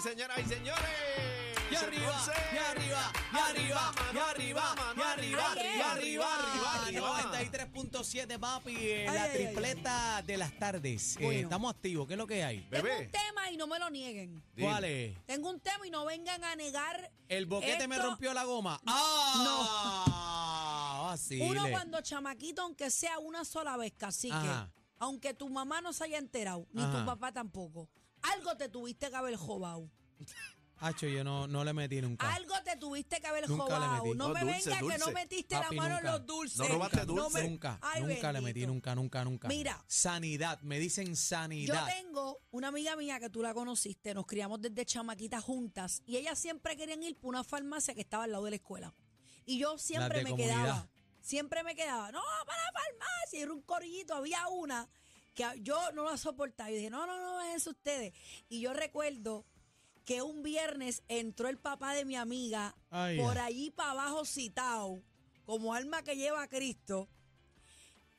señoras y señores. Y arriba, Ponce. y arriba, y arriba, y arriba, y mano, arriba, arriba, y arriba, Ah, arriba, arriba. 93.7, papi, eh, Ay, ay, la ay, tripleta de las tardes. Eh, Bueno. estamos activos, ¿qué es lo que hay? Tengo Bebé. un tema y no me lo nieguen. Dile. ¿Cuál es? Tengo un tema y no vengan a negar. El boquete me esto. rompió la goma. ¡Ah! Así Uno le- cuando chamaquito, aunque sea una sola vez, cacique, Ajá. aunque tu mamá no se haya enterado, ni Ajá. tu papá tampoco, algo te tuviste que haber jobado. Hacho, yo no, no le metí nunca. Algo te tuviste que haber Nunca le jobado. metí. No No, me dulce, venga que no dulce. metiste Papi, la mano nunca. en los dulces. No robaste No dulce. me- Nunca, Ay, nunca le bendito. metí, nunca, nunca, nunca. Mira. Sanidad, me dicen Yo sanidad. tengo una amiga mía que tú la conociste, nos criamos desde chamaquitas juntas y ellas siempre querían ir por una farmacia que estaba al lado de la escuela. Y yo siempre de me comunidad. quedaba, siempre me quedaba, no, para la farmacia, y era un corillito, había una que a- yo no la soportaba y dije, no, no, no, es ustedes. Y yo recuerdo que un viernes entró el papá de mi amiga Ay, por ay. allí para abajo citado como alma que lleva a Cristo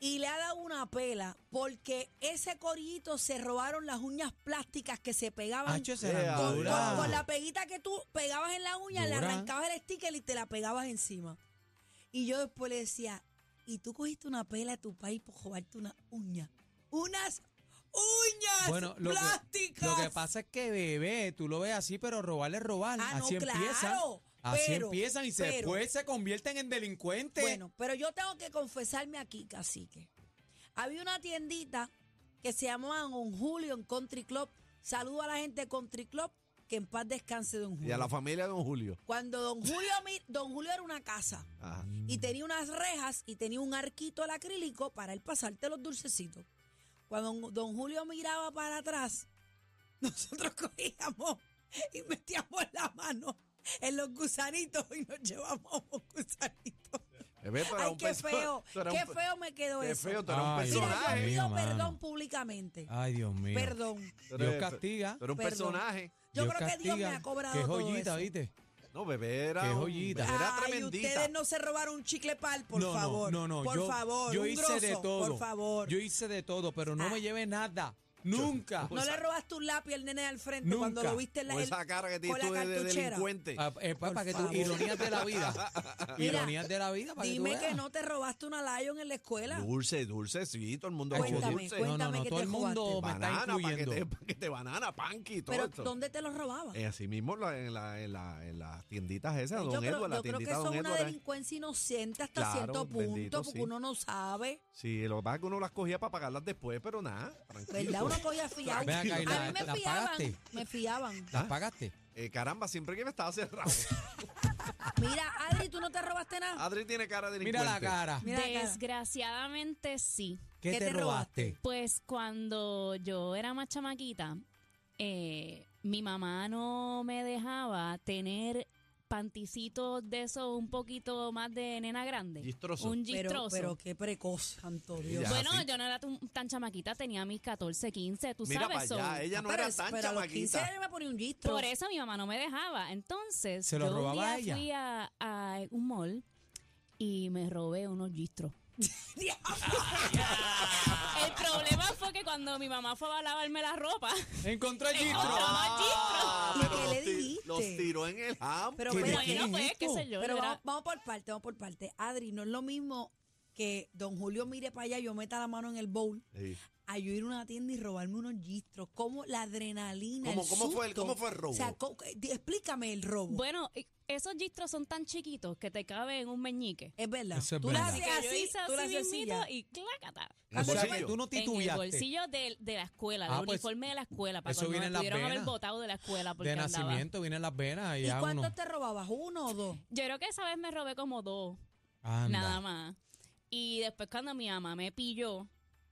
y le ha dado una pela porque ese corillito se robaron las uñas plásticas que se pegaban Hacho, esa era Con- con, dura. con- con la peguita que tú pegabas en la uña, le Dura. arrancabas el sticker y te la pegabas encima. Y yo después le decía, ¿y tú cogiste una pela de tu país por robarte una uña? ¡Unas uñas Bueno, lo que, plásticas! lo que pasa es que bebé, tú lo ves así, pero robarle es robar. Ah, no, así empiezan. claro, Así pero, empiezan y se- pero. después se convierten en Este, delincuentes. Bueno, pero yo tengo que confesarme aquí, cacique. Había una tiendita que se llamaba Don Julio en Country Club. Saludo a la gente de Country Club, que en paz descanse Don Y Julio. a la familia de Don Julio. Cuando Don Julio, mi- Don Julio era una casa Ajá. y tenía unas rejas y tenía un arquito al acrílico para él pasarte los dulcecitos. Cuando Don Julio miraba para atrás, nosotros cogíamos y metíamos la mano en los gusanitos y nos llevábamos los gusanitos. Bebé, tú eras Ay, un qué perso- feo, tú eras qué un per- feo me quedó Qué eso. feo, tú eras un Ay, Mira, yo personaje. pido Mío, mano. perdón públicamente. Ay, Dios mío. Perdón. Tú eres- Dios castiga. Tú eres un Perdón. personaje. Yo Dios creo que Dios me castiga. ha cobrado Qué todo joyita, eso. ¿viste? No, bebé era. Qué un- joyita. bebé Era Ay, tremendita. ustedes no se robaron un chicle pal, por no, no, favor. No, no, Por yo, favor, yo un hice grosso, de todo. por favor. Yo hice de todo, pero no Ah. me llevé nada. Nunca. no le robaste un lápiz al nene al frente Nunca. cuando lo viste en la, Con el- esa cara que tienes con tú la de, de cartuchera. delincuente. Ah, eh, pa- Por para que tú, favor. ironías de la vida. Mira, ironías de la vida. Para Dime que, tú que veas. no te robaste una Lion en la escuela. Dulce, dulce, sí, todo el mundo Ay, come Cuéntame, dulce. no, cuéntame. no, no, que todo te el mundo me está Banana, pa' que, incluyendo. te, pa' que te banana, panqui, todo Pero esto. ¿dónde te lo robabas? Eh, así mismo la- en, la- en la- en las tienditas esas, Pues yo don creo, Edward, la yo creo que tiendita eso don es una Edward. ¿eh? ¿eh? era- delincuencia inocente hasta Claro, cierto punto, bendito, porque sí. uno no sabe. Sí, lo que pasa es que uno las cogía para pagarlas después, pero nada, tranquilo. ¿Verdad? Uno cogía fiado. Ven acá, y la- a mí me la fiaban, pagaste. me fiaban. ¿Las ¿Ah? pagaste? Eh, caramba, siempre que me estaba cerrado. Mira, Adri, tú no te robaste Ah. nada. Adri tiene cara de delincuente. Mira la cara. Mira la cara. Desgraciadamente sí. ¿Qué, ¿Qué te, te robaste? Pues cuando yo era más chamaquita, eh, mi mamá no me dejaba tener panticitos de esos un poquito más de nena grande. Gistroso. Un Pero, gistroso. pero qué precoz, santo Dios. Ya. bueno, así. yo no era tan- tan chamaquita, tenía mis 14, 15, tú Mira para sabes. allá, so- ella no pero, era es- tan pero a los 15 chamaquita. años me ponía un gistro. Por eso mi mamá no me dejaba. Entonces, ¿Se lo yo un robaba día ella? fui a, a un mall y me robé unos gistros. El problema fue que cuando mi mamá fue a lavarme la ropa, Encontró el gistro. Ah, ¿Y pero qué los le ti- dijiste? Los tiró en el ham. Pero ¿Qué espérate, de bueno, quién pues, es qué esto? sé yo, Pero era- vamos, vamos por parte, vamos por parte. Adri, no es lo mismo que don Julio mire para allá, yo meta la mano en el bowl, Sí. a yo ir a una tienda y robarme unos gistros. Como la adrenalina, ¿Cómo- el cómo fue el- susto. cómo fue el robo? O sea, co- eh, di- explícame el robo. Bueno, eh, esos gistros son tan chiquitos que te caben en un meñique. es verdad. Eso es tú verdad. la Así haces que yo así, hice tú la así haces así mismito ya. y clácata. En O el sea, que bolsillo. tú no En el titubeaste. bolsillo de, de la escuela, del Ah, pues, uniforme de la escuela, para eso cuando viene me en las pudieron haber venas. botado de la escuela porque De andaba. nacimiento vienen las venas. ¿Y ya cuántos uno. te robabas? ¿Uno o dos? Yo creo que esa vez me robé como dos, Anda. nada más. Y después cuando mi mamá me pilló,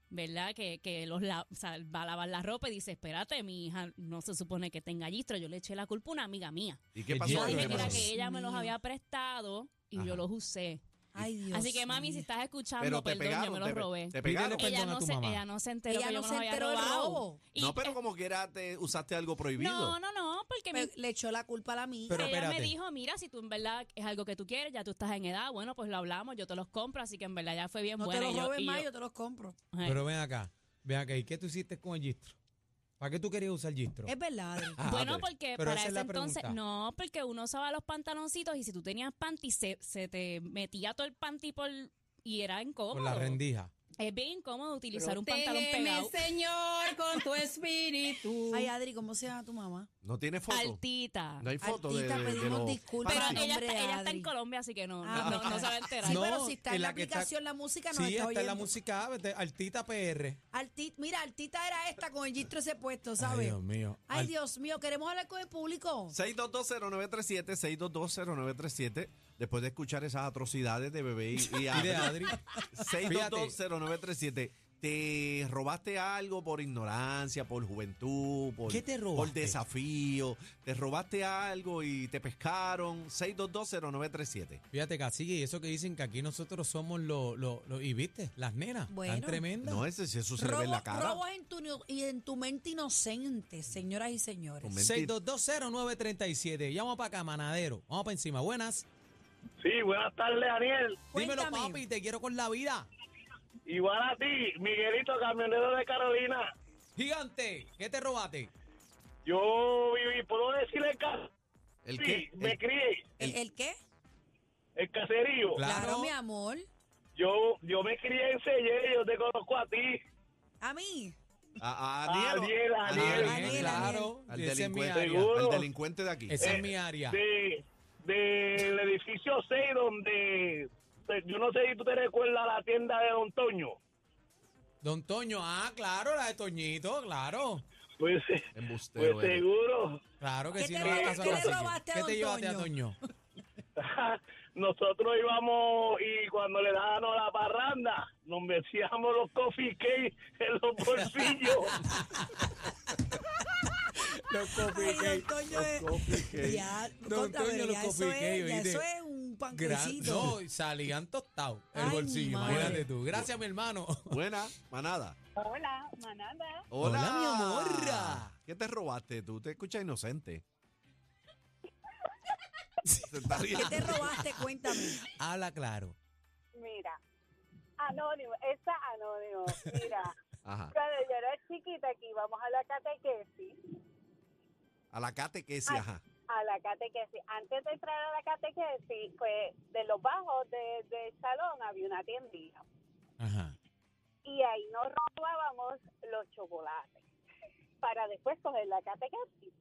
¿verdad? Que, que los la- o sea, va a lavar la ropa y dice, espérate, mi hija no se supone que tenga gistro. Yo le eché la culpa a una amiga mía. ¿Y qué El pasó? Yo Ay, ahí? dije ¿Qué que era pasó? que ella me los mío. había prestado y Ajá. yo los usé. Ay, Dios Así que mami, si mío. estás escuchando, Pero te perdón, yo pegaron. me los te pe- robé. Te pegaron. Perdón Ella a no, tu se, mamá. ella no se enteró Ella que yo no me se los había enteró del robado. robo. Y, No, pero eh, como que era, te usaste algo prohibido. no, no, no, porque mi- Me- le echó la culpa a la mía. Pero ella espérate. me dijo, mira, si tú en verdad es algo que tú quieres, ya tú estás en edad, bueno, pues lo hablamos, yo te los compro, así que en verdad ya fue bien no buena. te y los yo- robes y más, yo- yo te los compro. Ay, Pero ven acá. Ven acá. ¿Y qué tú hiciste con el gistro? ¿Para qué tú querías usar gistro? Es verdad, Adri. Ah, bueno, ok. porque Pero para esa ese es la entonces, pregunta. no, porque uno usaba los pantaloncitos y si tú tenías panty, se, se te metía todo el panty por, y era incómodo. Con la rendija. Es bien incómodo utilizar un pantalón Protégeme, pegado. Señor, con tu espíritu. Ay, Adri, ¿cómo se llama tu mamá? No tiene foto. Altita. No hay foto de, Altita, de- de pedimos los- disculpas. Pero Ah, sí. ella, Hombre, está, ella está Adri. en Colombia, así que no, Ah, no, ok. no se va a enterar. Sí, No, pero si está en en la, la que está- aplicación la música nos Sí, está está en la oyendo. música, ah, vete, Altita PR. Alti- mira, Altita era esta con el gistro ese puesto, Ay, ¿sabes? Dios mío. Ay, Al- Dios mío, queremos hablar con el público. 6220937, 6220937. Después de escuchar esas atrocidades de bebé y, y Y de Adri. 6220937. ¿Te robaste algo por ignorancia, por juventud, por, ¿Qué te por robaste? desafío? ¿Te robaste algo y te pescaron? 6220937. Fíjate, cacique, y eso que dicen que aquí nosotros somos los. los- los- y viste, las nenas. Bueno. Tan tremendas. No, ese, si eso se le ve en Robos, la cara. robos en tu, no- y en tu mente inocente, señoras y señores. Con mentira. 6220937. Llama para acá, manadero. Vamos para encima. Buenas. Sí, buenas tardes, Daniel. Dímelo, Cuéntame. papi, te quiero con la vida. Igual a ti, Miguelito, camionero de Carolina. Gigante, ¿qué te robaste? Yo viví, puedo decirle el ca- ¿El sí, qué? me El- crié, ¿El, el qué? el caserío. Claro. mi amor. Yo yo me crié en Selle, yo te conozco a ti. A mí. a, a A Aniel, Daniel, a Ah, Daniel. Daniel, Daniel. claro. al Esa es mi delincuente, área. Seguro. al delincuente de aquí. Esa Eh, es mi área. de, del edificio 6 donde pues, yo no sé si tú te recuerdas la tienda de Don Toño. Don Toño, ah, claro, la de Toñito, claro. Pues, Embustero pues eres. seguro. Claro que ¿Qué sí, te no la robaste? casa ¿Qué le cacique. robaste a ¿Qué don te llevaste a Toño? Toño? Nosotros íbamos y cuando le dábamos la parranda, nos metíamos los coffee cake en los bolsillos. Los copy Ay, don cake. Toño es. Ya, Don contra, pero Toño lo ya eso copiqué, es, ya ¿oíste? eso es un Gran, panquecito. no, y salían tostados el Ay, bolsillo, madre. imagínate tú. Gracias, mi hermano. Buena, manada. Hola, manada. Hola. Hola, mi amor. ¿Qué te robaste tú? Te escuchas inocente. Se está ¿Qué riendo. te robaste? Cuéntame. Habla claro. Mira, anónimo, esta anónimo. Mira, Ajá. cuando yo era chiquita aquí íbamos a la catequesis, A la catequesis, ajá. a la catequesis. Antes de entrar a la catequesis, pues de los bajos de- del salón había una tiendita Ajá. y ahí nos robábamos los chocolates para después coger la catequesis.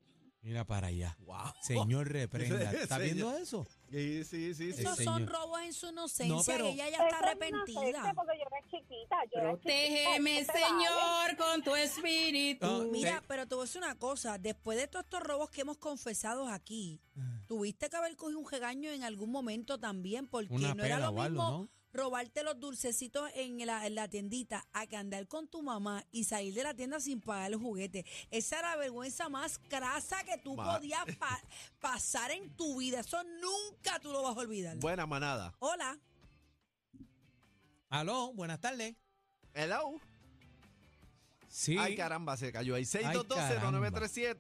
Mira para allá. Wow. Señor, reprenda. Ese- ¿Estás ese- viendo eso? Sí, sí, sí. sí. Esos son señor. robos en su inocencia No, pero- y ella ya está Eso es inocencia arrepentida. Porque yo era chiquita, yo era chiquita, Protégeme, eso se vale. Señor, con tu espíritu. No, Mira, te- pero te voy a decir una cosa. Después de todos estos robos que hemos confesado aquí, Ah. tuviste que haber cogido un regaño en algún momento también, porque eh, Una no era pela lo o algo, mismo ¿no? robarte los dulcecitos en la, en la tiendita a que andar con tu mamá y salir de la tienda sin pagar el juguete. Esa era la vergüenza más crasa que tú Ma- podías pa- pasar en tu vida. Eso nunca tú lo vas a olvidar. Buena manada. Hola. Aló, buenas tardes. Hello. Sí. Ay, caramba, se cayó ahí. 6220937,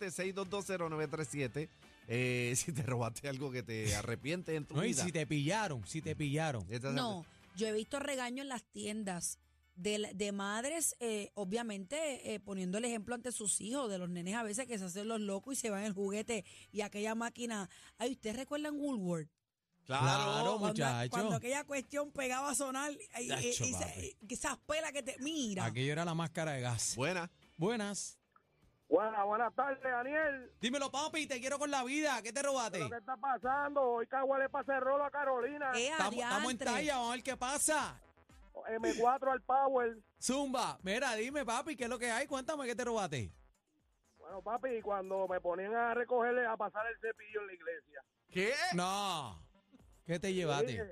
6220937. Eh, si te robaste algo que te arrepientes en tu No, y vida. si te pillaron, si te pillaron. Esta es- No, yo he visto regaño en las tiendas de, la- de madres, eh, obviamente eh, poniendo el ejemplo ante sus hijos, de los nenes a veces que se hacen los locos y se van el juguete y aquella máquina. Ay, ¿ustedes recuerdan Woolworth? Claro, Claro. mu- Cuando, Muchacho. cuando aquella cuestión pegaba a sonar, ay, Chacho, eh, esa- papi. eh, esas pelas que te... Mira, Aquello era la máscara de gas. Buena. Buenas. Buenas, buenas tardes, Daniel. Dímelo, papi, te quiero con la vida. ¿Qué te robaste? está pasando? Hoy Cagua le pasa el rolo a Carolina. eh, Estamos, estamos en adiantre. talla, vamos a ver qué pasa. M4 al Power. Zumba, mira, dime, papi, ¿qué es lo que hay? Cuéntame qué te robaste. Bueno, papi, cuando me ponían a recogerle, a pasar el cepillo en la iglesia. ¿Qué? No. ¿Qué te llevaste?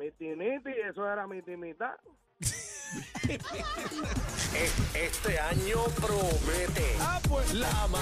Mi tiniti, eso era mi timita. E- Este año promete. Ah, pues. La